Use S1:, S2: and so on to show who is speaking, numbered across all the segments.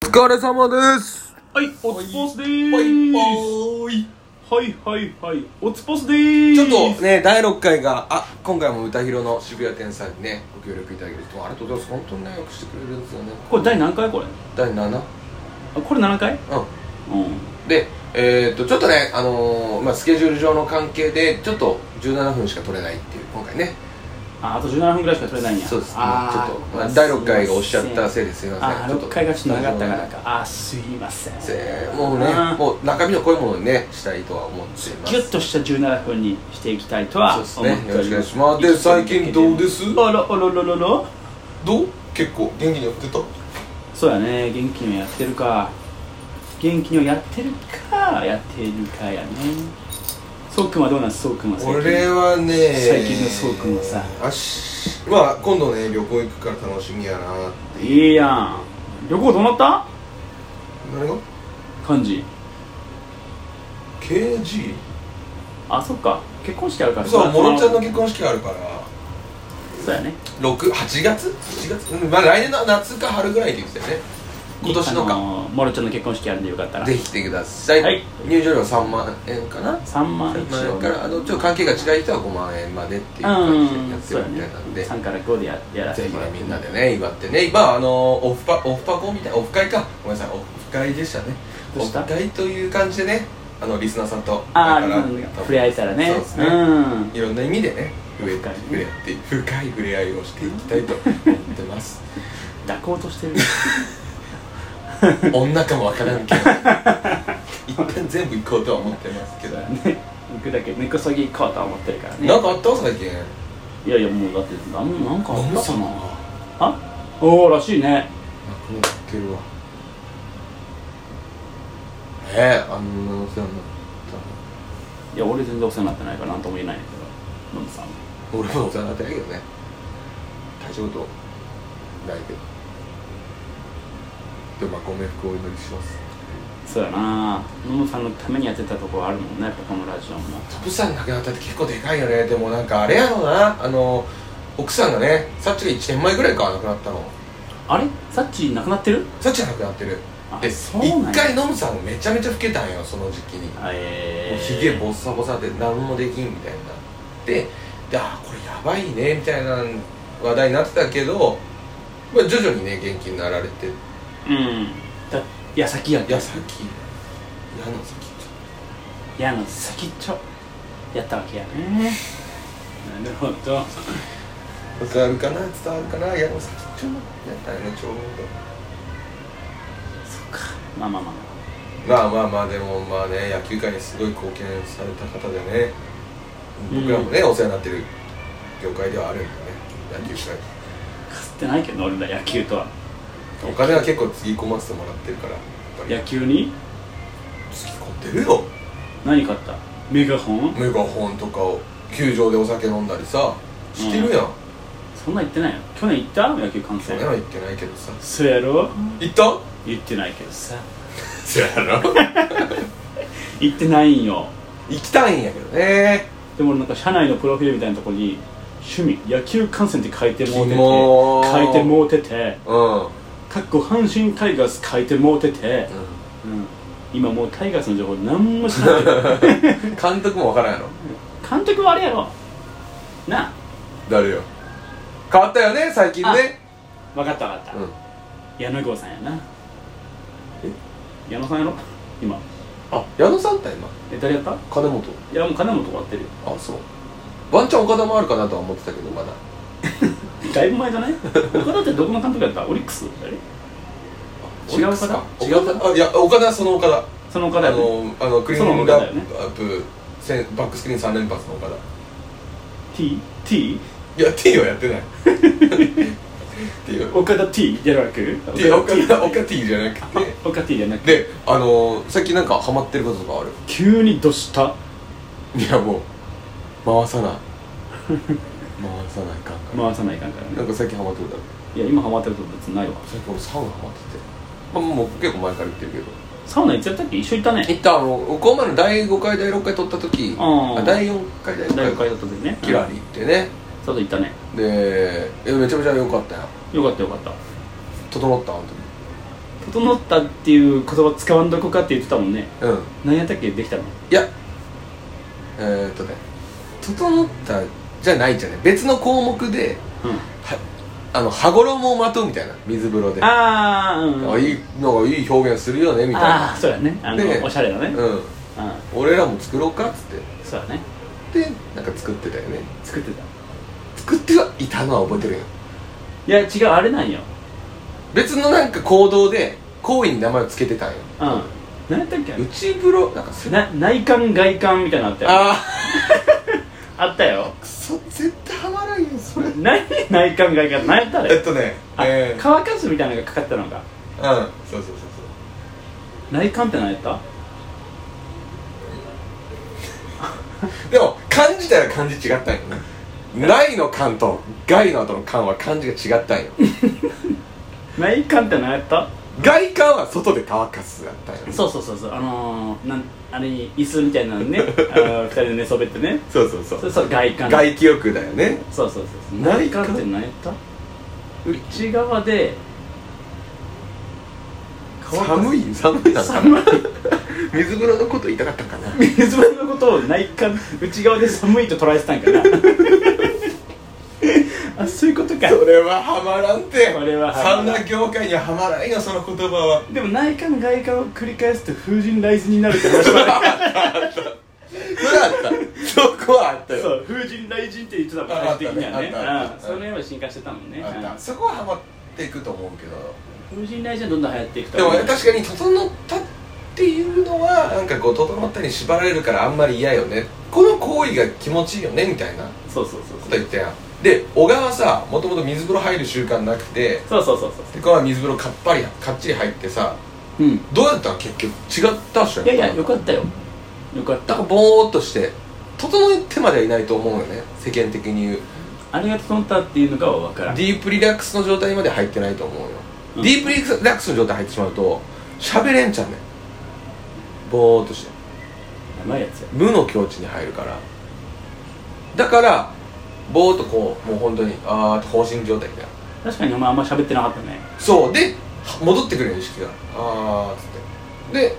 S1: 疲れ様です
S2: はい、おつぽすでーす。
S3: ぽいぽーい
S2: はいはいはい、おつぽすでー
S1: ち
S2: す。
S1: ょっとね、第6回が、あ、今回も歌広の渋谷店さんにね、ご協力いただきまして、ありがとうございます。本当にね、よくしてくれるんですよね。
S2: これ第何回これ。
S1: 第7。
S2: あ、これ7回。
S1: うん。
S2: う
S1: で、えー、っとちょっとね、あのーまあ、スケジュール上の関係でちょっと17分しか取れないっていう今回ね
S2: ん。あ、あと17分ぐらいしか取れないんや。
S1: そうですねちょ
S2: あー
S1: っと、まあ、第6回がおっしゃったせい
S2: い
S1: ですい
S2: ま
S1: ま
S2: せん
S1: せん
S2: あ
S1: ち
S2: ー、
S1: ょっと
S2: 6回がちょっと長かったからか。あー、すいません。
S1: せーもうね
S2: あー
S1: もう中身の濃いものにねしたいとは思っています
S2: ギュッとした17分にしていきたいとは
S1: そう
S2: 思
S1: で
S2: っ
S1: す
S2: て
S1: ね
S2: おり
S1: よろしくお願いしますで
S2: 生きてるだ
S1: 最近
S2: け
S1: どうです
S2: あらあらららら
S1: どう結構元気にやってた
S2: そうやね元気にはやってるか元気にはやってるかやってるかやねそうくんはどうなんそうくんは最近
S3: 俺はね
S2: 最近のそうくんはさ
S3: あしまあ今度ね旅行行くから楽しみやない
S2: いやん旅行どうなった
S3: 何が
S2: 感じ
S3: KG?
S2: あそっか結婚式あるから
S3: そう
S2: そ
S3: も
S2: ら
S3: ろちゃんの結婚式があるから
S2: そうやね
S3: 68月7月、うん、まあ来年の夏か春ぐらいって言ってたよね
S1: 今年のか
S2: あーもろちゃんの結婚式あるんでよかったら
S1: ぜひ来てください、
S2: はい
S1: 入場料3万円かな
S2: 3万
S1: 3
S2: 一
S1: 万円
S2: 応
S1: からあのちょっと関係が近い人は5万円までっていう
S2: う
S1: 感じでや
S2: ん
S1: って
S2: そう
S1: る
S2: や
S1: みた
S2: ね
S1: いなんで、
S2: 3から5でややらせ
S1: ぜ
S2: て
S1: ひ
S2: も
S1: ね
S2: らって
S1: みんなでね祝ってね今あのオフパオフパコみたいなオフ会かごめんなさいオフ会でしたね
S2: どうした
S1: オフ会という感じでねあのリスナーさんと
S2: ああ
S1: だから
S2: 触れ合えたらね
S1: そうですね
S2: ん
S1: いろんな意味でね触れ
S2: 深いね
S1: 触れ合って深い触れ合いをしていきたいと思ってます
S2: 抱こうとして る
S1: 女かもわからんけど一旦全部行こうとは思ってますけど
S2: ね肉だけ根こそぎ行こうとは思ってるからね
S1: なんかあった最近
S2: いやいやもうだってなんなんかあったかな
S1: なんか
S2: あおおらしいね
S1: なくなってるわねえあんなお世話になっ
S2: いや俺全然お世話になってないから何とも言えないんだけどノムさん
S1: た俺もお世話になってないけどね大したことないけどでもまあご冥福をお祈りします
S2: そうやなノムさんのためにやってたとこあるもんねやっぱこのラジオも
S1: トップさん亡くなったって結構でかいよねでもなんかあれやろうなあの奥さんがねサッチが1年前ぐらいか亡くなったの
S2: あれサッチー亡くなってる
S1: サッチが亡くなってる
S2: あ
S1: で
S2: そうなんや
S1: 1回ノムさんめちゃめちゃ老けたんよその時期に
S2: えー、
S1: ひげボッサボサで何もできんみたいになってであーこれやばいねみたいな話題になってたけど、まあ、徐々にね元気になられて
S2: うんだ矢先やん
S1: 矢先矢の先
S2: 矢の先っちょやったわけやねなるほど
S1: 伝わるかな伝わるかな矢の先ちょうどやったよねちょう
S2: まあまあまあ
S1: どまあまあまあでもまあね野球界にすごい貢献された方でね僕らもね、お世話になってる業界ではあるんだよね野球界
S2: かすってないけど俺ら野球とは
S1: お金は結構つぎ込ませてもらってるからやっぱり
S2: 野球に
S1: つぎ込んでるよ
S2: 何買ったメガホン
S1: メガホンとかを球場でお酒飲んだりさしてるやん、
S2: そんなん言ってないよ去年行った野球観
S1: そ
S2: 戦
S1: れは言ってないけどさ
S2: そうやろ
S1: 行った
S2: 言ってないけどさ
S1: そやろ
S2: 行ってないんよ
S1: 行きたいんやけどね
S2: でもなんか社内のプロフィールみたいなとこに趣味野球観戦って書いてもうてて
S1: キモー
S2: 書いてもうてて
S1: うん、うん、
S2: かっこ阪神タイガース書いてもうてて、うん、今もうタイガースの情報何も知ら ない
S1: 監督もわからんやろ
S2: 監督はあれやろなあ
S1: 誰よ変わったよね最近ね
S2: 分かった分かった、
S1: うん
S2: 矢野剛さんやなえ矢野さんやろ今
S1: あ矢野さんって今
S2: え誰やった
S1: 金本
S2: いやもう金本終わってるよ
S1: あそうワンチャン岡田もあるかなとは思ってたけどまだ
S2: だいぶ前じ ゃない岡田ってどこの監督やったオリックスあれ違う岡田
S1: 違う岡田あいや岡田はその岡田
S2: その岡田
S1: あ
S2: やね
S1: のあのクリー
S2: その
S1: ン
S2: 岡
S1: ラ
S2: 田よね
S1: ップせんバックスクリーン3連発の岡田
S2: TT
S1: いや、T はや ってない。T は。
S2: 岡田 T じゃなく
S1: T は岡田、岡
S2: 岡
S1: 田 T じゃなくて。
S2: 岡 T じゃなくて
S1: で、あのー、最近なんかハマってることとかある
S2: 急にどした
S1: いや、もう、回 さない。回さないかんから。
S2: 回さないかんから
S1: なん
S2: ね
S1: か最近ハマってるだろ。
S2: いや今ハマってること別にないわ
S1: 最近俺サウナハマってて。まあ、もう結構前から言ってるけど。
S2: サウナいつやったっけ一緒行ったね
S1: 一旦あの、この前の第5回、第6回撮った時、
S2: あー
S1: あ第4回、第
S2: 第
S1: 5回
S2: 5回だった時ね
S1: キラリ行ってね。
S2: 佐藤行ったね
S1: で、えめちゃめちゃ良かったよ。
S2: よかったよかった
S1: 整った、あの時。
S2: 整ったっていう言葉使わんどこかって言ってたもんね
S1: うん
S2: 何やったっけできたの
S1: いやえー、っとね整ったじゃないんじゃない別の項目で
S2: うん
S1: はあの羽衣をまとうみたいな水風呂で
S2: ああうん
S1: あいいなんかいい表現するよねみたい
S2: あ
S1: な
S2: あそうだねあの、
S1: ね
S2: おしゃれだね、うん、
S1: うん俺らも作ろうかっつっ
S2: そうだね
S1: てでなんか作ってたよね
S2: 作ってた
S1: 作ってはいたのは覚えてるよ
S2: いや違うあれなんよ
S1: 別のなんか行動で行為に名前を付けてたんよ
S2: うん何やったっけあれ
S1: 内風呂なんかす
S2: な内観外観みたいなのあったよあ
S1: あ
S2: ったよ
S1: あそ絶対ハマらんよそれ
S2: 何内観外観何やったあ
S1: えっ
S2: れ
S1: とね
S2: あ、
S1: えー、
S2: 乾かすみたいなのがかかったのか
S1: うんそうそうそう
S2: 内観って何やった
S1: そうでも漢字たら漢字違ったんよ内の漢と外の後の漢は漢字が違ったんよ
S2: 内観って何やった
S1: 外漢は外で乾かすだったんよ
S2: そうそうそうそうあのー、なんあれに椅子みたいなの ねあー二人で寝そべってね
S1: そうそうそ
S2: そうれそう外観
S1: 外気浴だよね
S2: そうそうそうそう
S1: 内
S2: 内
S1: 観
S2: 観って何やった内側で
S1: 寒い寒いな
S2: 寒い
S1: 水風呂のこと言いたかったんかな
S2: 水場のことを内観内側で寒いと捉えてたんかな あそういうことか
S1: それはハマらんて
S2: それはハマ
S1: そ
S2: ら
S1: ん
S2: ん
S1: な業界にはハマらんよその言葉 は
S2: でも内観外観を繰り返すと風神雷神になるって話は
S1: それあった そこはあった
S2: そ
S1: よ
S2: う風神雷神って言ってたもん
S1: あ
S2: 最終的にはね
S1: あったねあったあった
S2: うんその辺は進化してたもんね
S1: あった
S2: うん
S1: そこはハマっていくと思うけど
S2: 風神雷神はどんどん流行っていくと
S1: でも
S2: 思う
S1: ね確かに整ったっていうのはなんかこう整ったに縛られるからあんまり嫌よねこの行為が気持ちいいよねみたいなこ
S2: そうそうそう
S1: と言ったやんで小川はさもともと水風呂入る習慣なくて
S2: そうそうそうそう
S1: で小川は水風呂かっぱりかっちり入ってさ
S2: そううん
S1: どうやったの結局違ったっしょ
S2: いやいや
S1: っぱ
S2: よかったよよかっ
S1: なん
S2: た
S1: かぼーっとして整ってまではいないと思うよね世間的に言う
S2: あれが整ったっていうのかは分からん
S1: ディープリラックスの状態まで入ってないと思うよ、
S2: うん
S1: ディープリラックスの状態入ってしまうと喋れんちゃうねんぼーっとして
S2: やばいやつや
S1: 無の境地に入るからだからぼーっとこうもう本当にあーっと放心状態みたいな
S2: 確かにお前あんま喋ってなかったね
S1: そうで戻ってくるよ意識があーっつってで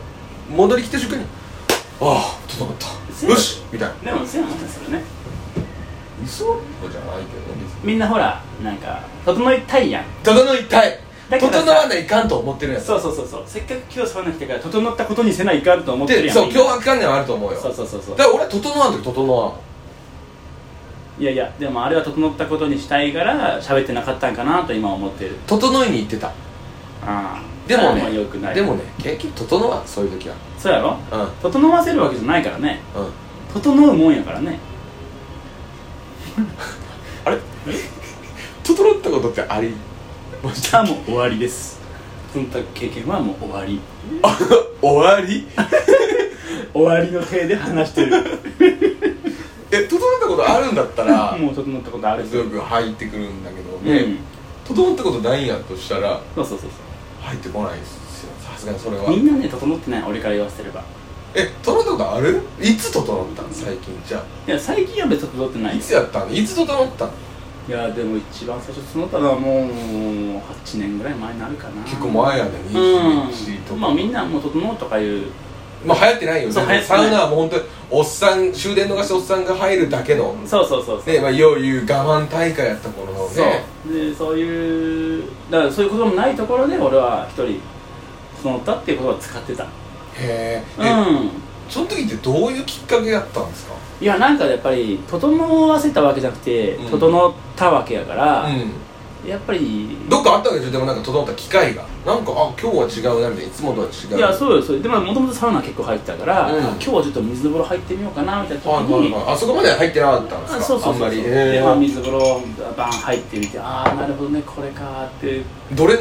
S1: 戻りきた瞬間にああ整ったよしみたいな
S2: でもそうなんですよね
S1: 嘘じゃないけどね別に
S2: みんなほらなんか整いたいやん
S1: 整いたい
S2: だけどさ
S1: 整わないかんと思ってるやつ
S2: そうそうそうそうせっかく今日そうなってから整ったことにせないかんと思ってる
S1: で
S2: やん
S1: そう
S2: みんな
S1: 脅迫観念はあると思うよ
S2: そうそうそうそう
S1: だから俺は整わん時整わん
S2: いやいやでもあれは整ったことにしたいから喋ってなかったんかなと今思ってる
S1: 整いに行ってた
S2: ああ
S1: でも
S2: それはあんま良くな
S1: ね
S2: い
S1: でもね結局整わんそういう時は
S2: そうやろ
S1: う
S2: 整わせるわけじゃないからね
S1: んうん
S2: 整うもんやからね
S1: あれ 整ったことってあり
S2: 明日もう終わりですその経験はもう終わり
S1: 終わり
S2: 終わりの体で話してる
S1: え整ったことあるんだったら
S2: もう整ったことあるし
S1: すごく入ってくるんだけど
S2: うん、
S1: ね、整ったことないんやとしたら
S2: そうそうそう
S1: 入ってこないですよさすがにそれ
S2: そうみ
S1: は
S2: んなね整ってない俺から言わせれば
S1: え整ったことあるいつ整ったの最近じゃあ
S2: いや最近は別に整ってない
S1: い
S2: よ
S1: つやったのいつ整ったの
S2: いやでも一番最初整ったのはもう8年ぐらい前になるかな
S1: 結構前やね21とか
S2: うんまあみんなもう整うとかいう
S1: まあ流行ってないよね
S2: そう流行ってない
S1: サウナはもう本当におっさん終電逃しておっさんが入るだけの
S2: そうそうそうそう、
S1: ねまあいよいよ我慢大会やった頃のね
S2: そうでそういうだからそういうこともないところで俺は一人整ったっていうことを使ってた
S1: へえ
S2: う
S1: え
S2: ん
S1: その時ってどういうきっかけやったんですか
S2: いやなんかやっぱり整わせたわけじゃなくて
S1: うん
S2: 整ったわけやから、
S1: うん
S2: やっぱり
S1: どっかあったわけでしょでもなんか整った機会がなんかあ今日は違うなみたいないつもとは違う
S2: いやそうよそうよでももともとサウナ結構入ってたから、
S1: うん
S2: 今日はちょっと水風呂入ってみようかなみたいな時
S1: はいはい
S2: に、
S1: はいあそこまでは入ってなかったんですか
S2: あそうそうそう
S1: あんまりへ
S2: で、
S1: え
S2: まあ、水風呂バン入ってみてああなるほどねこれかーって
S1: ど れの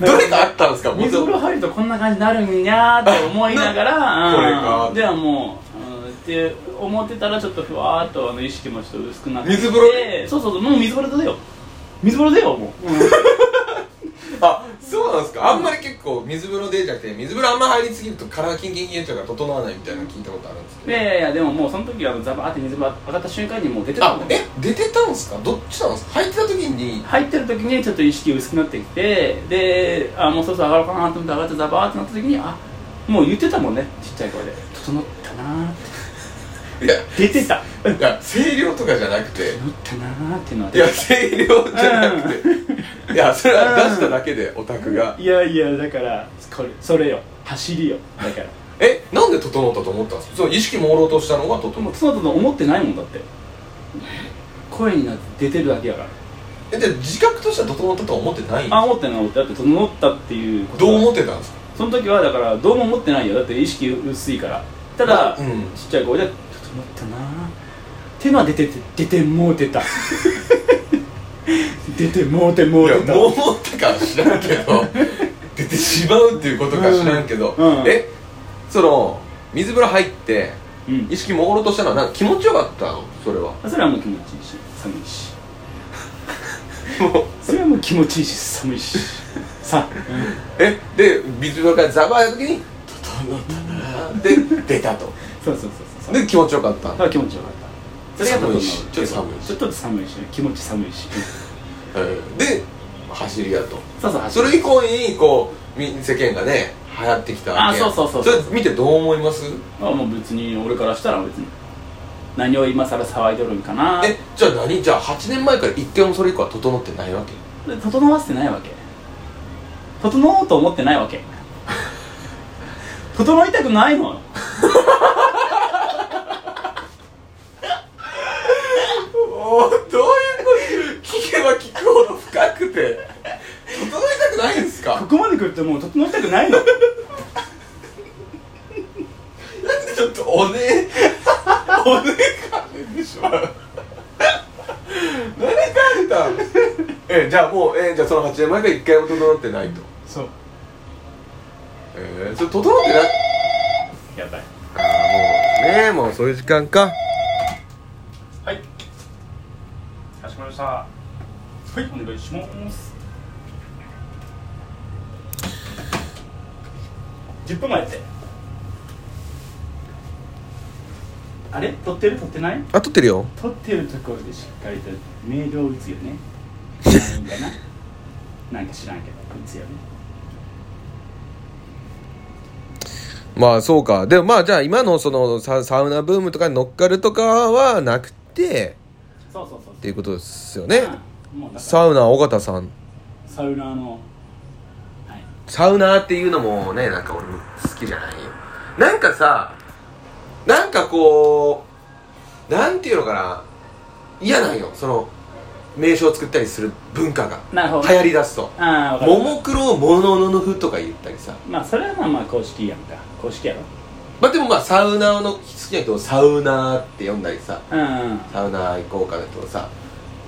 S1: えどれかあったんですか
S2: 水風呂入るとこんな感じになるんやーって思いなが ら
S1: なこれか
S2: うんではもう、うん、って思ってたらちょっとふわーっとあの意識もちょっと薄くなって
S1: 水風呂
S2: そうそうそうもう水風呂だよ水風呂だよもう、うん
S1: あそうなんですかあんまり結構水風呂でじゃなくて水風呂あんま入りすぎると体キンキンに冷えちゃうから整わないみたいなの聞いたことあるんですけ
S2: い
S1: ど
S2: やいやいやでももうその時はザバーって水が上がった瞬間にもう出てた
S1: あ
S2: もんね
S1: え出てたんですかどっちなんですか入ってた時に
S2: 入ってる時にちょっと意識薄くなってきてであもうそろそろ上がろうかなと思って上がってザバーってなった時にあもう言ってたもんねちっちゃい声で「整ったな」っ
S1: いや
S2: て出てた「整っ
S1: いや清涼とかじゃなくて
S2: たな」っていうのはい
S1: や清涼じゃなくていやそれは出しただけでオタクが
S2: いやいやだからこれそれよ走りよだから
S1: えなんで整ったと思ったんですかそう意識朦朧としたのが整
S2: もう
S1: っ
S2: そうだと思ってないもんだって声になって出てるだけやから
S1: たえで自覚としては整ったとは思ってない
S2: あ思ってない思ってだって整ったっていうこと
S1: ど
S2: は
S1: う思ってたんですか
S2: その時はだからどうも思ってないよだって意識薄いからただ、
S1: うん
S2: ちっちゃい声で「整ったな」っていうのは出てて出てもうてた 出てもうても
S1: いうや
S2: てた
S1: もう思ったかは知らんけ ど出てしまうっていうことか知らんけど、
S2: うんうん
S1: えその水風呂入って
S2: うん
S1: 意識朦朧としたのはなんか気持ちよかったのそれは
S2: それはもう気持ちいいし寒いし
S1: もう
S2: それはもう気持ちいいし寒 いしさ、
S1: えで水風呂からザバーやった時に「整ったな」で出たと
S2: そうそうそうそう
S1: で気持ちよかった
S2: だから気持ちよかったそれが
S1: 寒いし
S2: 整う
S1: ちょっと寒いし
S2: ちょっと寒いし気持ち寒 いし
S1: えーで走りやと
S2: そうそう
S1: それ以降にこうみ世間がね流行ってきたわけ
S2: あそうそうそうそう
S1: それ見てどう思います
S2: あもう別に俺からしたら別に何を今更騒いでるんかな
S1: えじゃあ何じゃあ8年前から一回もそれ以降は整ってないわけ
S2: で整わせてないわけ整おうと思ってないわけ整いたくないのよ
S1: おーどういうこと聞けば聞くほど深くて整いたくないんですか
S2: ここまで来るともう整いたくないの
S1: なんでちょっとおねえおねえ感じてしまう何かあったえじゃあもうえじゃあその8年前から一回も整ってないと
S2: そう
S1: えー、それ整ってない
S2: やばい
S1: あーもうねえもうそういう時間か
S2: はいかしこまりましたはいお願いします10分前ってあれ撮ってる撮ってない
S1: あ撮ってるよ
S2: 撮ってるところでしっかりとメールを打つよ ね LINE かななんか知らんけど打つよね
S1: まあそうかでもまあじゃあ今のそのササウナブームとかに乗っかるとかはなくて
S2: そうそうそう
S1: っていうことですよ
S2: う
S1: ね
S2: んもうだから
S1: サウナー尾形さん
S2: サウナーのはい
S1: サウナーっていうのもねなんか俺も好きじゃないよなんかさなんかこうなんていうのかな嫌なんよその名称を作ったりする文化が
S2: なるほど
S1: 流行りだすと
S2: ああ
S1: 「
S2: わかる
S1: ももクロものののふ」とか言ったりさ
S2: まあそれはまあまあ公式やんか公式やろ
S1: まあでもまあサウナーの好きな人をサウナーって呼んだりさ
S2: うんあ
S1: サウナー行こうかとかさ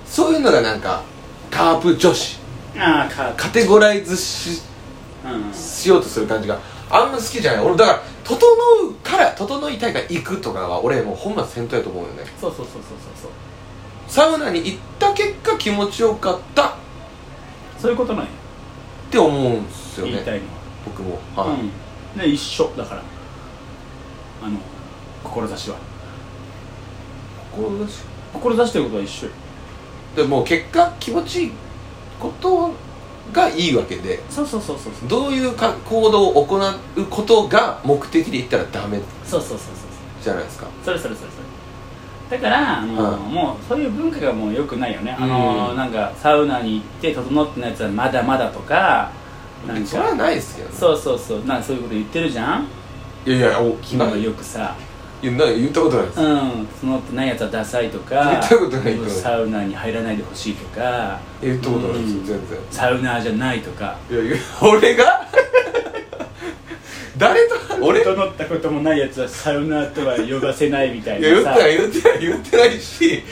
S1: そういうのがなんかカープ女子
S2: あか
S1: カテゴライズし
S2: うん
S1: しようとする感じがあんま好きじゃない俺だから整うから整いたいから行くとかは俺もう本末転倒やと思うよね
S2: そうそうそうそうそうそう
S1: サウナに行った結果気持ちよかったっ
S2: そういうことない
S1: て思うんですよ
S2: 言いた
S1: ね
S2: いの
S1: 僕も
S2: は
S1: は
S2: う
S1: い、
S2: んで一緒だからあの志は
S1: 志
S2: 志ということは一緒よ
S1: でもう結果気持ちいいことがいいわけで
S2: そうそうそうそうそう
S1: どういうか行動を行うことが目的で行ったらダメ
S2: そうそうそうそう
S1: じゃないですか
S2: それそれそれそれだからあの、
S1: うん
S2: もうそういう文化がもう良くないよねあの、
S1: うん
S2: なんかサウナに行って整ってないやつはまだまだとかなん
S1: それは
S2: か
S1: ないですけどね
S2: そうそうそうなんかそういうこと言ってるじゃん
S1: いやいやお
S2: 君が
S1: い
S2: よくさ
S1: やな言ったことないで
S2: う
S1: す
S2: ん整ってないやつはダサいとか
S1: 言ったことない言ったことない
S2: サウナに入らないでほしいとか
S1: 言ったことないです
S2: う
S1: よ
S2: ん
S1: 全然
S2: サウナーじゃないとか
S1: いやいや俺が 誰と俺いや
S2: 整ったこともないやつはサウナーとは呼ばせないみたい
S1: 言
S2: な
S1: って
S2: さ
S1: ない言ってない言ってないし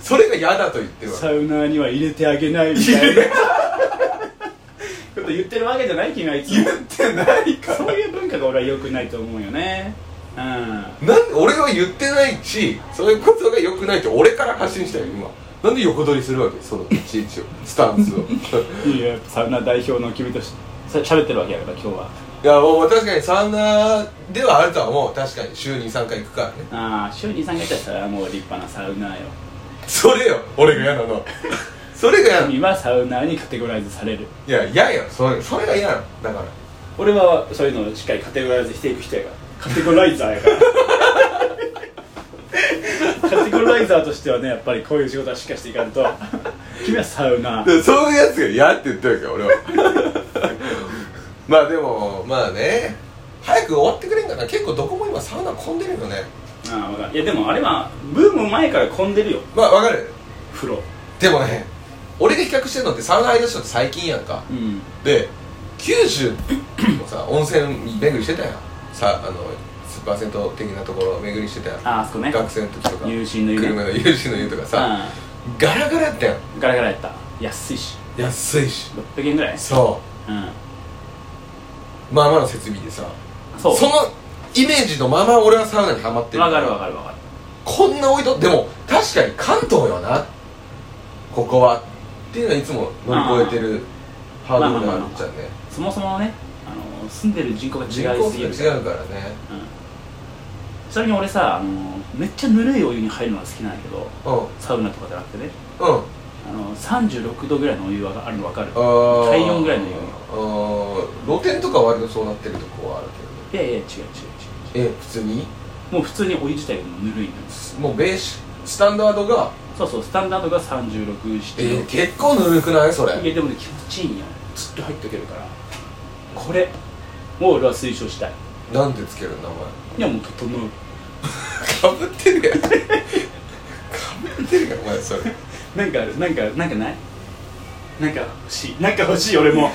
S1: それが嫌だと言ってるわ
S2: サウナーには入れてあげないみたいな こと言ってるわけじゃない君はいつ
S1: 言
S2: も
S1: ってないか
S2: そういう文化が俺は良くないと思うよねうん
S1: らなんで俺は言ってないしそういうことが良くないって俺から発信したよ今なんで横取りするわけそのいちいちをスタンスを
S2: いややっぱサウナ代表の君としさ喋ってるわけやから今日はい
S1: やもう確かにサウナではあるとは思う確かに週に3回行くからね
S2: ああ週に3回やったらそれはもう立派なサウナーよ
S1: それよ俺が嫌なのそれが嫌なのい
S2: 君はサウナーにカテゴライズされる
S1: や嫌よそれそれが嫌なのだから
S2: 俺はそういうのをしっかりカテゴライズしていく人やからカテゴライザーやから カテゴライザーとしてはねやっぱりこういう仕事はしっかりしていかんと君はサウナー
S1: でそういうやつが嫌って言ってるから俺はまあでもまあね早く終わってくれんかな結構どこも今サウナ混んでるよね
S2: ああ分かるいやでもあれはブーム前から混んでるよ
S1: まあわかる
S2: 風呂
S1: でもね俺が比較してるのってサウナ入りだしたのって最近やんか
S2: うん
S1: で九州もさ温泉巡りしてたやんさあのスーパー銭湯的なところ巡りしてたやん
S2: ああそこね
S1: 学生の時とか
S2: 有心の湯ね
S1: 車の有志の湯とかさガラガラやったやん
S2: うんガラガラやった安いし
S1: 安いし
S2: 600円ぐらい
S1: そ
S2: うん
S1: うまあまあの設備でさ
S2: そう
S1: のイメージのまま俺はサウナにハマってる
S2: 分かる分かる分かる
S1: こんな置いとでも確かに関東よなここはっていうのはいつも乗り越えてるハードルがあるっちゃね
S2: そもそもねあの住んでる人口が
S1: 人
S2: 違い
S1: 口
S2: すぎる
S1: 数が違うからね
S2: うんちなみに俺さあのめっちゃぬるいお湯に入るのが好きなんやけど
S1: うん
S2: サウナとかじゃなくてね
S1: うん
S2: あの36度ぐらいのお湯があるの分かる
S1: あー
S2: 体温ぐらいの湯
S1: あー露天とかは割とそうなってるとこはある
S2: いやいや違う違う違う
S1: けどえ普通に
S2: 違うもう普通にお湯自体がもうぬるいのよ
S1: もうベーシスタンダードが
S2: そうそうスタンダードが367度、
S1: えー、結構ぬるくないそれ
S2: いやでもね気持ちいいんよずっと入っておけるからこれを俺は推奨したい
S1: なんてつける名前
S2: いやもう整う
S1: かぶってるやんかぶってるやんお前それ
S2: なんかあるなんかなんかないなんか欲しいなんか欲しい俺も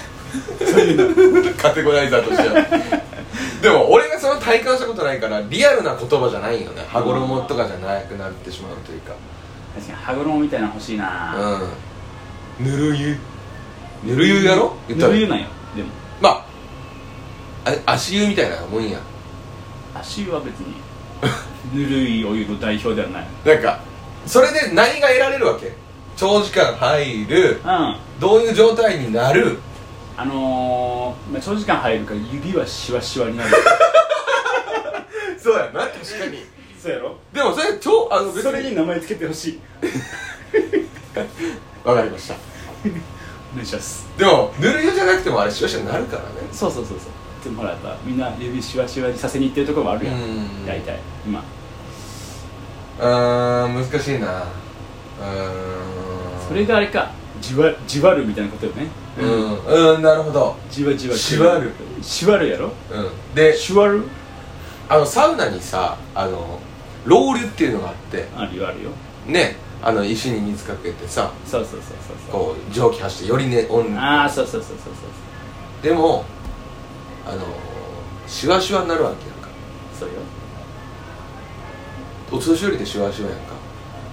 S2: そういうの
S1: カテゴライザーとしては でも俺がその体感したことないからリアルな言葉じゃないよね羽衣とかじゃなくなってしまうというか
S2: 確かに羽衣みたいなの欲しいな
S1: うんぬる湯ぬる湯やろ
S2: ぬ
S1: 言ったら
S2: る湯なんよでも
S1: まああ足湯みたいなもんや
S2: 足湯は別に ぬるいお湯の代表ではない
S1: なんかそれで何が得られるわけ長時間入る
S2: うんあ
S1: どういう状態になる
S2: のー、まあ長時間入るから指はシワシワになる
S1: そうやな確かに
S2: そうやろ
S1: でもそれ超あの別
S2: それに名前つけてほしい
S1: わかりました
S2: お願いします
S1: でもぬる湯じゃなくてもあれシワシワになるからね
S2: そうそうそうそうでもほらやっぱみんな指シワシワにさせにいってるところもあるやん
S1: うん
S2: 大体今
S1: うーん難しいなうーん
S2: それがあれかじわじわるみたいなことよね
S1: うんうんなるほど
S2: じわじわ
S1: しわる
S2: しわるやろ
S1: うんで
S2: しわる
S1: あのサウナにさあのロウリュっていうのがあって
S2: あるよあるよ
S1: ねあの石に水かけてさ
S2: そうそうそうそうそう
S1: こう蒸気発してよりね温
S2: ああそうそうそうそう
S1: でもあのシワシワになるわけやんか
S2: そうそうよ
S1: お年寄りでシワシワやんか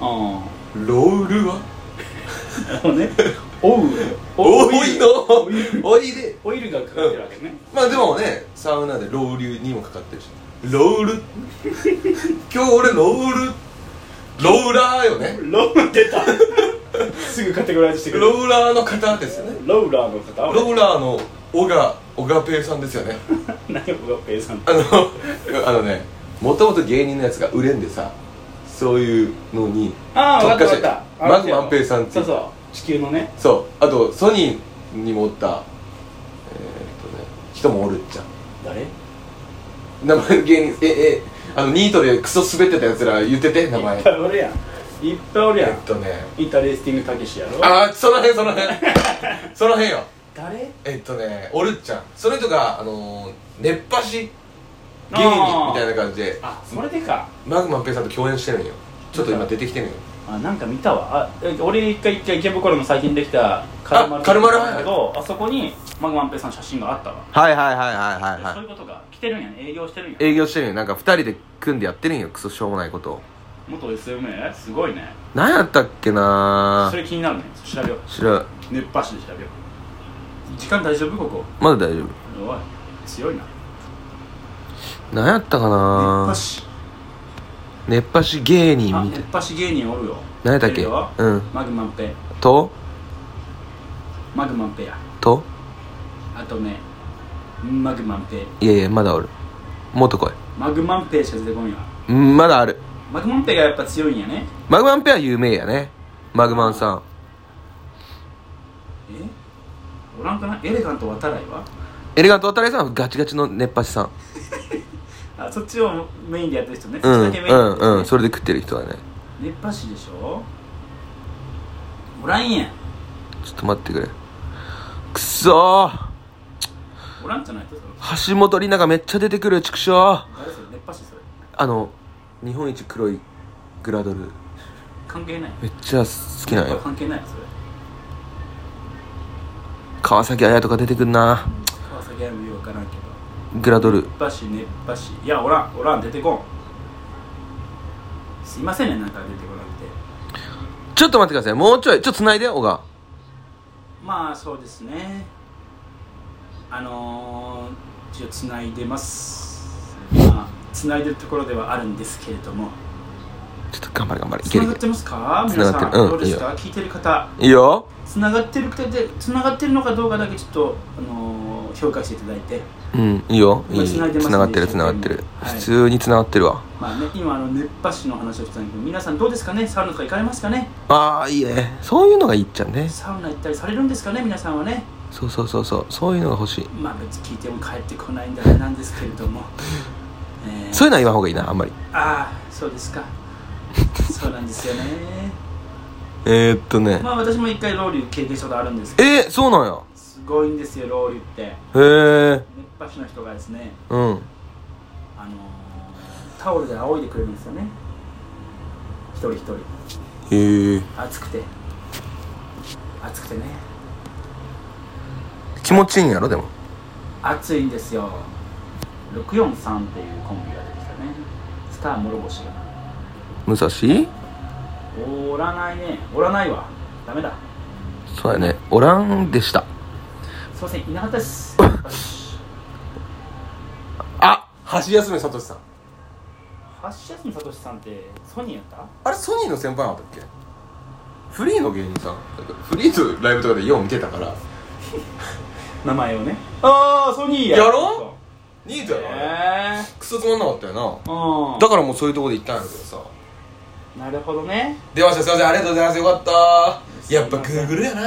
S2: あ
S1: ロールは
S2: あなるほどねおう
S1: 多い
S2: オイ
S1: の
S2: ル
S1: 多いで
S2: オイルがかかってるわけね
S1: まあでもねサウナでロウリュにもかかってるしロー ル今日俺ロールローラーよね
S2: ロー出たすぐカテゴライズしてくれる
S1: ローラーの方ですよね
S2: ローラーの方
S1: ローラーの小賀小賀ペイさんですよね
S2: 何をペイさん
S1: あの あのねもともと芸人のやつが売れんでさそういうのに
S2: ああ分かった分
S1: 特
S2: かった
S1: マグマンペイさんって
S2: そうそう地球のね
S1: そうあとソニーにもおったえーっとね人もおるっちゃ
S2: 誰
S1: 名前の芸人ええあのニートでクソ滑ってたやつら言ってて名前
S2: いっぱいおるやんいっぱいおるや
S1: え
S2: ん
S1: っとね
S2: インタレスティングたけしやろ
S1: ああその辺その辺 その辺よ
S2: 誰
S1: えっとねおるっちゃんそれとかあのー、熱波師芸人
S2: あー
S1: みたいな感じで
S2: あそれでか
S1: マグマンペイさんと共演してるんよちょっと今出てきてるんよ
S2: あなんか見たわあえ俺一回一回池袋の最近できた
S1: あカルマル
S2: だけどあそこにマグマンペイさんの写真があったわ
S1: はいはいはいはいは
S2: そういうことが来てるんやね営業してるんや
S1: 営業してるんよなんか2人で組んでやってるんよクソしょうもないことを
S2: 元 SMA すごいね
S1: 何やったっけな
S2: それ気になるね調べよう
S1: 知らん
S2: 熱波師で調べよう時間大丈夫ここ
S1: まだ大丈夫
S2: おい強いな
S1: 何やったか
S2: 熱
S1: な
S2: 波師
S1: 熱波師芸人
S2: あ
S1: みたい
S2: 熱波師芸人おるよ
S1: 何やったっけ
S2: いいよ
S1: うん
S2: マグマンペ
S1: と
S2: マグマンペや
S1: と
S2: あとねマグマンペ
S1: いやいやまだおるもっと来い
S2: マグマンペしか出てこんよ
S1: うんまだある
S2: マグマンペがやっぱ強いんやね
S1: マグマンペア有名やねマグマンさん
S2: えおらんかなエレガント渡来は
S1: エレガント渡辺さんはガチガチの熱波師さん
S2: あそっちをメインでやってる人ね
S1: う
S2: そっち
S1: ん
S2: だけメインでやってる人
S1: う
S2: ね
S1: んうんそれで食ってる人はね
S2: 熱波師でしょおらんやん
S1: ちょっと待ってくれくそー
S2: おらんじゃないとそれ
S1: 橋本里奈がめっちゃ出てくる畜生あ
S2: 誰それ熱波師それ
S1: の日本一黒いグラドル
S2: 関係ない
S1: めっちゃ好きなん
S2: やっぱ
S1: よ
S2: 関係ないそれ
S1: 川崎綾とか出てくんな
S2: 川崎はもよくわからんけど
S1: グラドル
S2: 熱波師熱波師いやおらんおらん出てこんすいませんねなんか出てこなくて
S1: ちょっと待ってくださいもうちょいちょっと繋いで小川
S2: まあそうですねあのー、一応つないでますまあつないでるところではあるんですけれども
S1: ちょっと頑張れ頑張れい
S2: つ
S1: け
S2: な
S1: るい
S2: がっ
S1: け
S2: てますか
S1: つな
S2: 皆
S1: が
S2: さ
S1: っ
S2: ん、
S1: てるうん
S2: どうですか聞いてる方
S1: るいいよ
S2: つながってる方でつながってるのかどうかだけちょっと、あのー、評価していただいて
S1: うんいいよい
S2: 今
S1: い
S2: 繋いでますんで
S1: 繋がってる繋がって
S2: 一
S1: る
S2: 緒にはい
S1: 普通に繋がってるわ
S2: まあね今あの熱波師の話をしたんだけど皆さんどうですかねサウナとか行かれますかね
S1: ああいいねそういうのがいいっちゃね
S2: サウナ行ったりされるんですかね皆さんはね
S1: そうそうそうそうそういうのが欲しい
S2: まあ別に聞いても帰ってこないんであれなんですけれ ども、えー
S1: そういうのは言わん方がいいなあんまり
S2: ああそうですかそうなんですよね
S1: えー、っとね
S2: まあ私も一回ロウリュ経験したことあるんですけど
S1: えー、そうなんや
S2: すごいんですよロウリュって
S1: へえ
S2: 熱波師の人がですね
S1: うん
S2: あのー、タオルで仰いでくれるんですよね一人一人
S1: へえ
S2: 暑くて暑くてね
S1: 気持ちいいんやろでも
S2: 暑いんですよ643っていうコンビが出てきたねスター諸星が
S1: 武蔵
S2: おらないねおらないわダメだ
S1: そうやねおらんでした
S2: すいませんいなかったですよし
S1: あ橋休めさとしさん
S2: ハッシュ休みさとしさんってソニーやった
S1: あれソニーの先輩なかったっけ
S3: フリーの芸人さんフリーのライブとかでよう見てたから
S2: 名前をねああソニー
S3: やろニートや
S2: へ
S3: ろ、あれ
S2: え
S3: クソつまんなかったよ
S2: う
S1: なんだからもうそういうとこで行ったんやけどさ
S2: なるほどね
S3: な出ましたすいませんありがとうございますよかったやっぱグーグルやな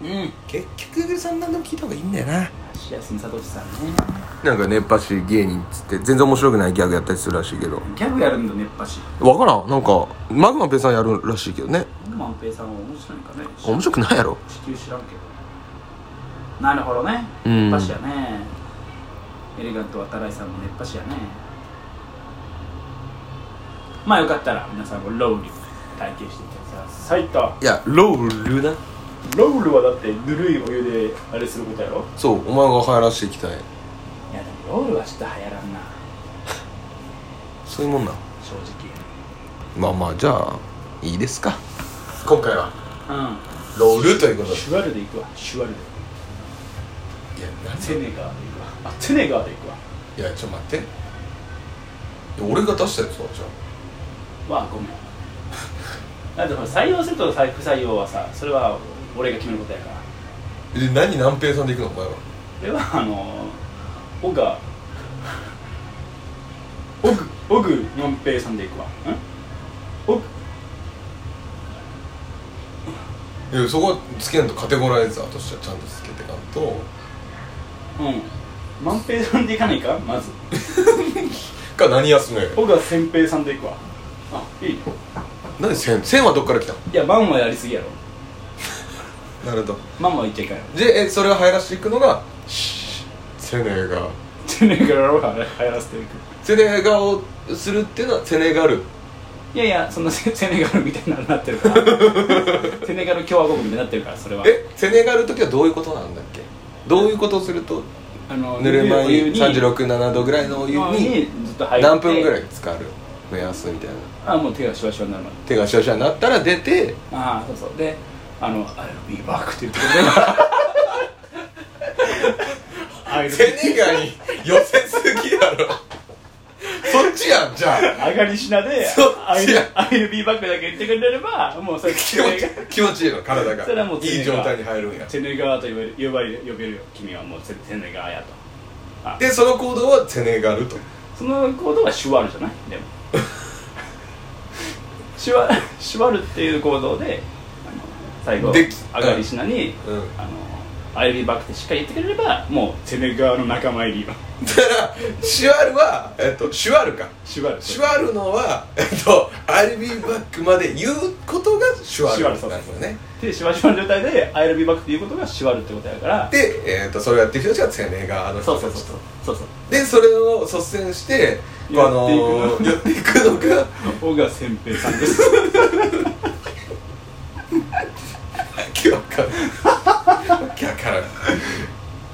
S3: うん結局グーグルさん何でも聞いた方がいいんだよな
S2: ハッシュ休みさとしさんね
S1: なんか熱波師芸人っつって全然面白くないギャグやったりするらしいけど
S2: ギャグやるんだ熱波師
S1: わからんなんかマグマペさんやるらしいけどね
S2: マンペイさんは面白いんかね
S1: 面白くないやろ
S2: 地球知らんけどなるほどね
S1: うん
S2: 熱波師やねエレガント渡来さんも熱波師やねまあよかったら皆さんもロウリュ体験してみてくださいと
S1: いやロールな
S2: ロウルはだってぬるいお湯であれすることやろ
S1: そうお前が流行らしていきたい
S2: いやでもロウルはちょっと流行らんな
S1: そういうもんな
S2: 正
S1: まあまあじゃあいいですか
S3: 今回は
S2: 直うん
S3: ロールということで
S2: シュワルで行くわシュワルで
S3: いやなん
S2: テネガーで行くわあテネガーで行くわ
S3: いやちょっと待って俺が出したやつはじゃ
S2: わあごめんだってほら採用するとさ不採用はさそれは俺が決めることやから
S3: あで何南平さんで行くのお前は
S2: それはあのオガオグオグのんぺいさんで行くわんオグ
S3: いやそこはつけんとカテゴライザーとしてはちゃんとつけてかんと
S2: うんまんぺいさんで行かないかまず
S3: か何休め
S2: オガせんぺいさんで行くわあいいね
S3: 何千千はどっから来た
S2: いやマンはやりすぎやろ
S3: なるほど
S2: マンは言っちゃいかんよ
S3: でえそれを流行らしていくのがシーセネガ
S2: テネガーを流行らせていく
S3: セネガをするっていうのはセネガル
S2: いやいやそんなセセネガルみたいなのになってる からセネガル共和国みたいになってるからそれは
S3: えセネガルの時はどういうことなんだっけどういうことをすると
S2: あの
S3: ぬるま
S2: お湯
S3: 湯367度ぐらいのお湯に
S2: にずっと入って
S3: 何分ぐらい浸かる目安みたいな
S2: あもう手がシュワシュワになるまで
S3: 手がシャシャになったら出て
S2: ああそうそうであの「I'll be back」って言ってくれる
S3: セネガに寄せすぎやろそっちや
S1: やんじゃあ
S2: 上がり品で
S1: そっちや
S2: ILB バッグだけ言ってくれればもうそれ
S1: 気持ち 気持ちいいの体
S2: それ
S1: が
S2: はもう
S1: いい状態に入るんや
S2: 手縫い側と呼べる呼ばれる呼べるよ君はもう手縫い側やと
S1: でその行動はセネガルと
S2: その行動はシュワルじゃないでも シュワシュワルっていう行動であの最後
S1: でき
S2: 上がり品に、
S1: うん
S2: あの ILB バッグってしっかり言ってくれればもうセネガーの仲間入 りよ
S1: だからシュワルはえっとシュワルか
S2: シュワル
S1: シュワルのはえっと RB バックまで言うことがシュワルなんだよね
S2: でシュワシュワの状態で ILB バッグっていうことがシュワルってことやから
S1: で、えっとそれをやってる人たちがセネガルの人
S2: そう
S1: たち
S2: そうそうそうそうそう
S1: でそれを率先してこうあのーや
S2: や
S1: っていくのが
S2: 小川先平さん です
S1: 今日から今日からっ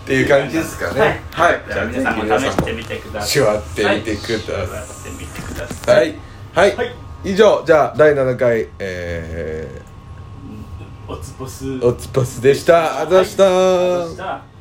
S1: ていう感じですかね
S2: は
S1: は
S2: い、
S1: い、
S2: じゃあ皆さんも試してみてください
S1: シュワってみてくだ
S2: はい
S1: さ
S2: シュワってみてくだ
S1: い
S2: さい
S1: はい、はい
S2: はい
S1: 以上じゃあ第7回え
S2: おつぼす
S1: ー、おつぽすでしたあざした、
S2: あざした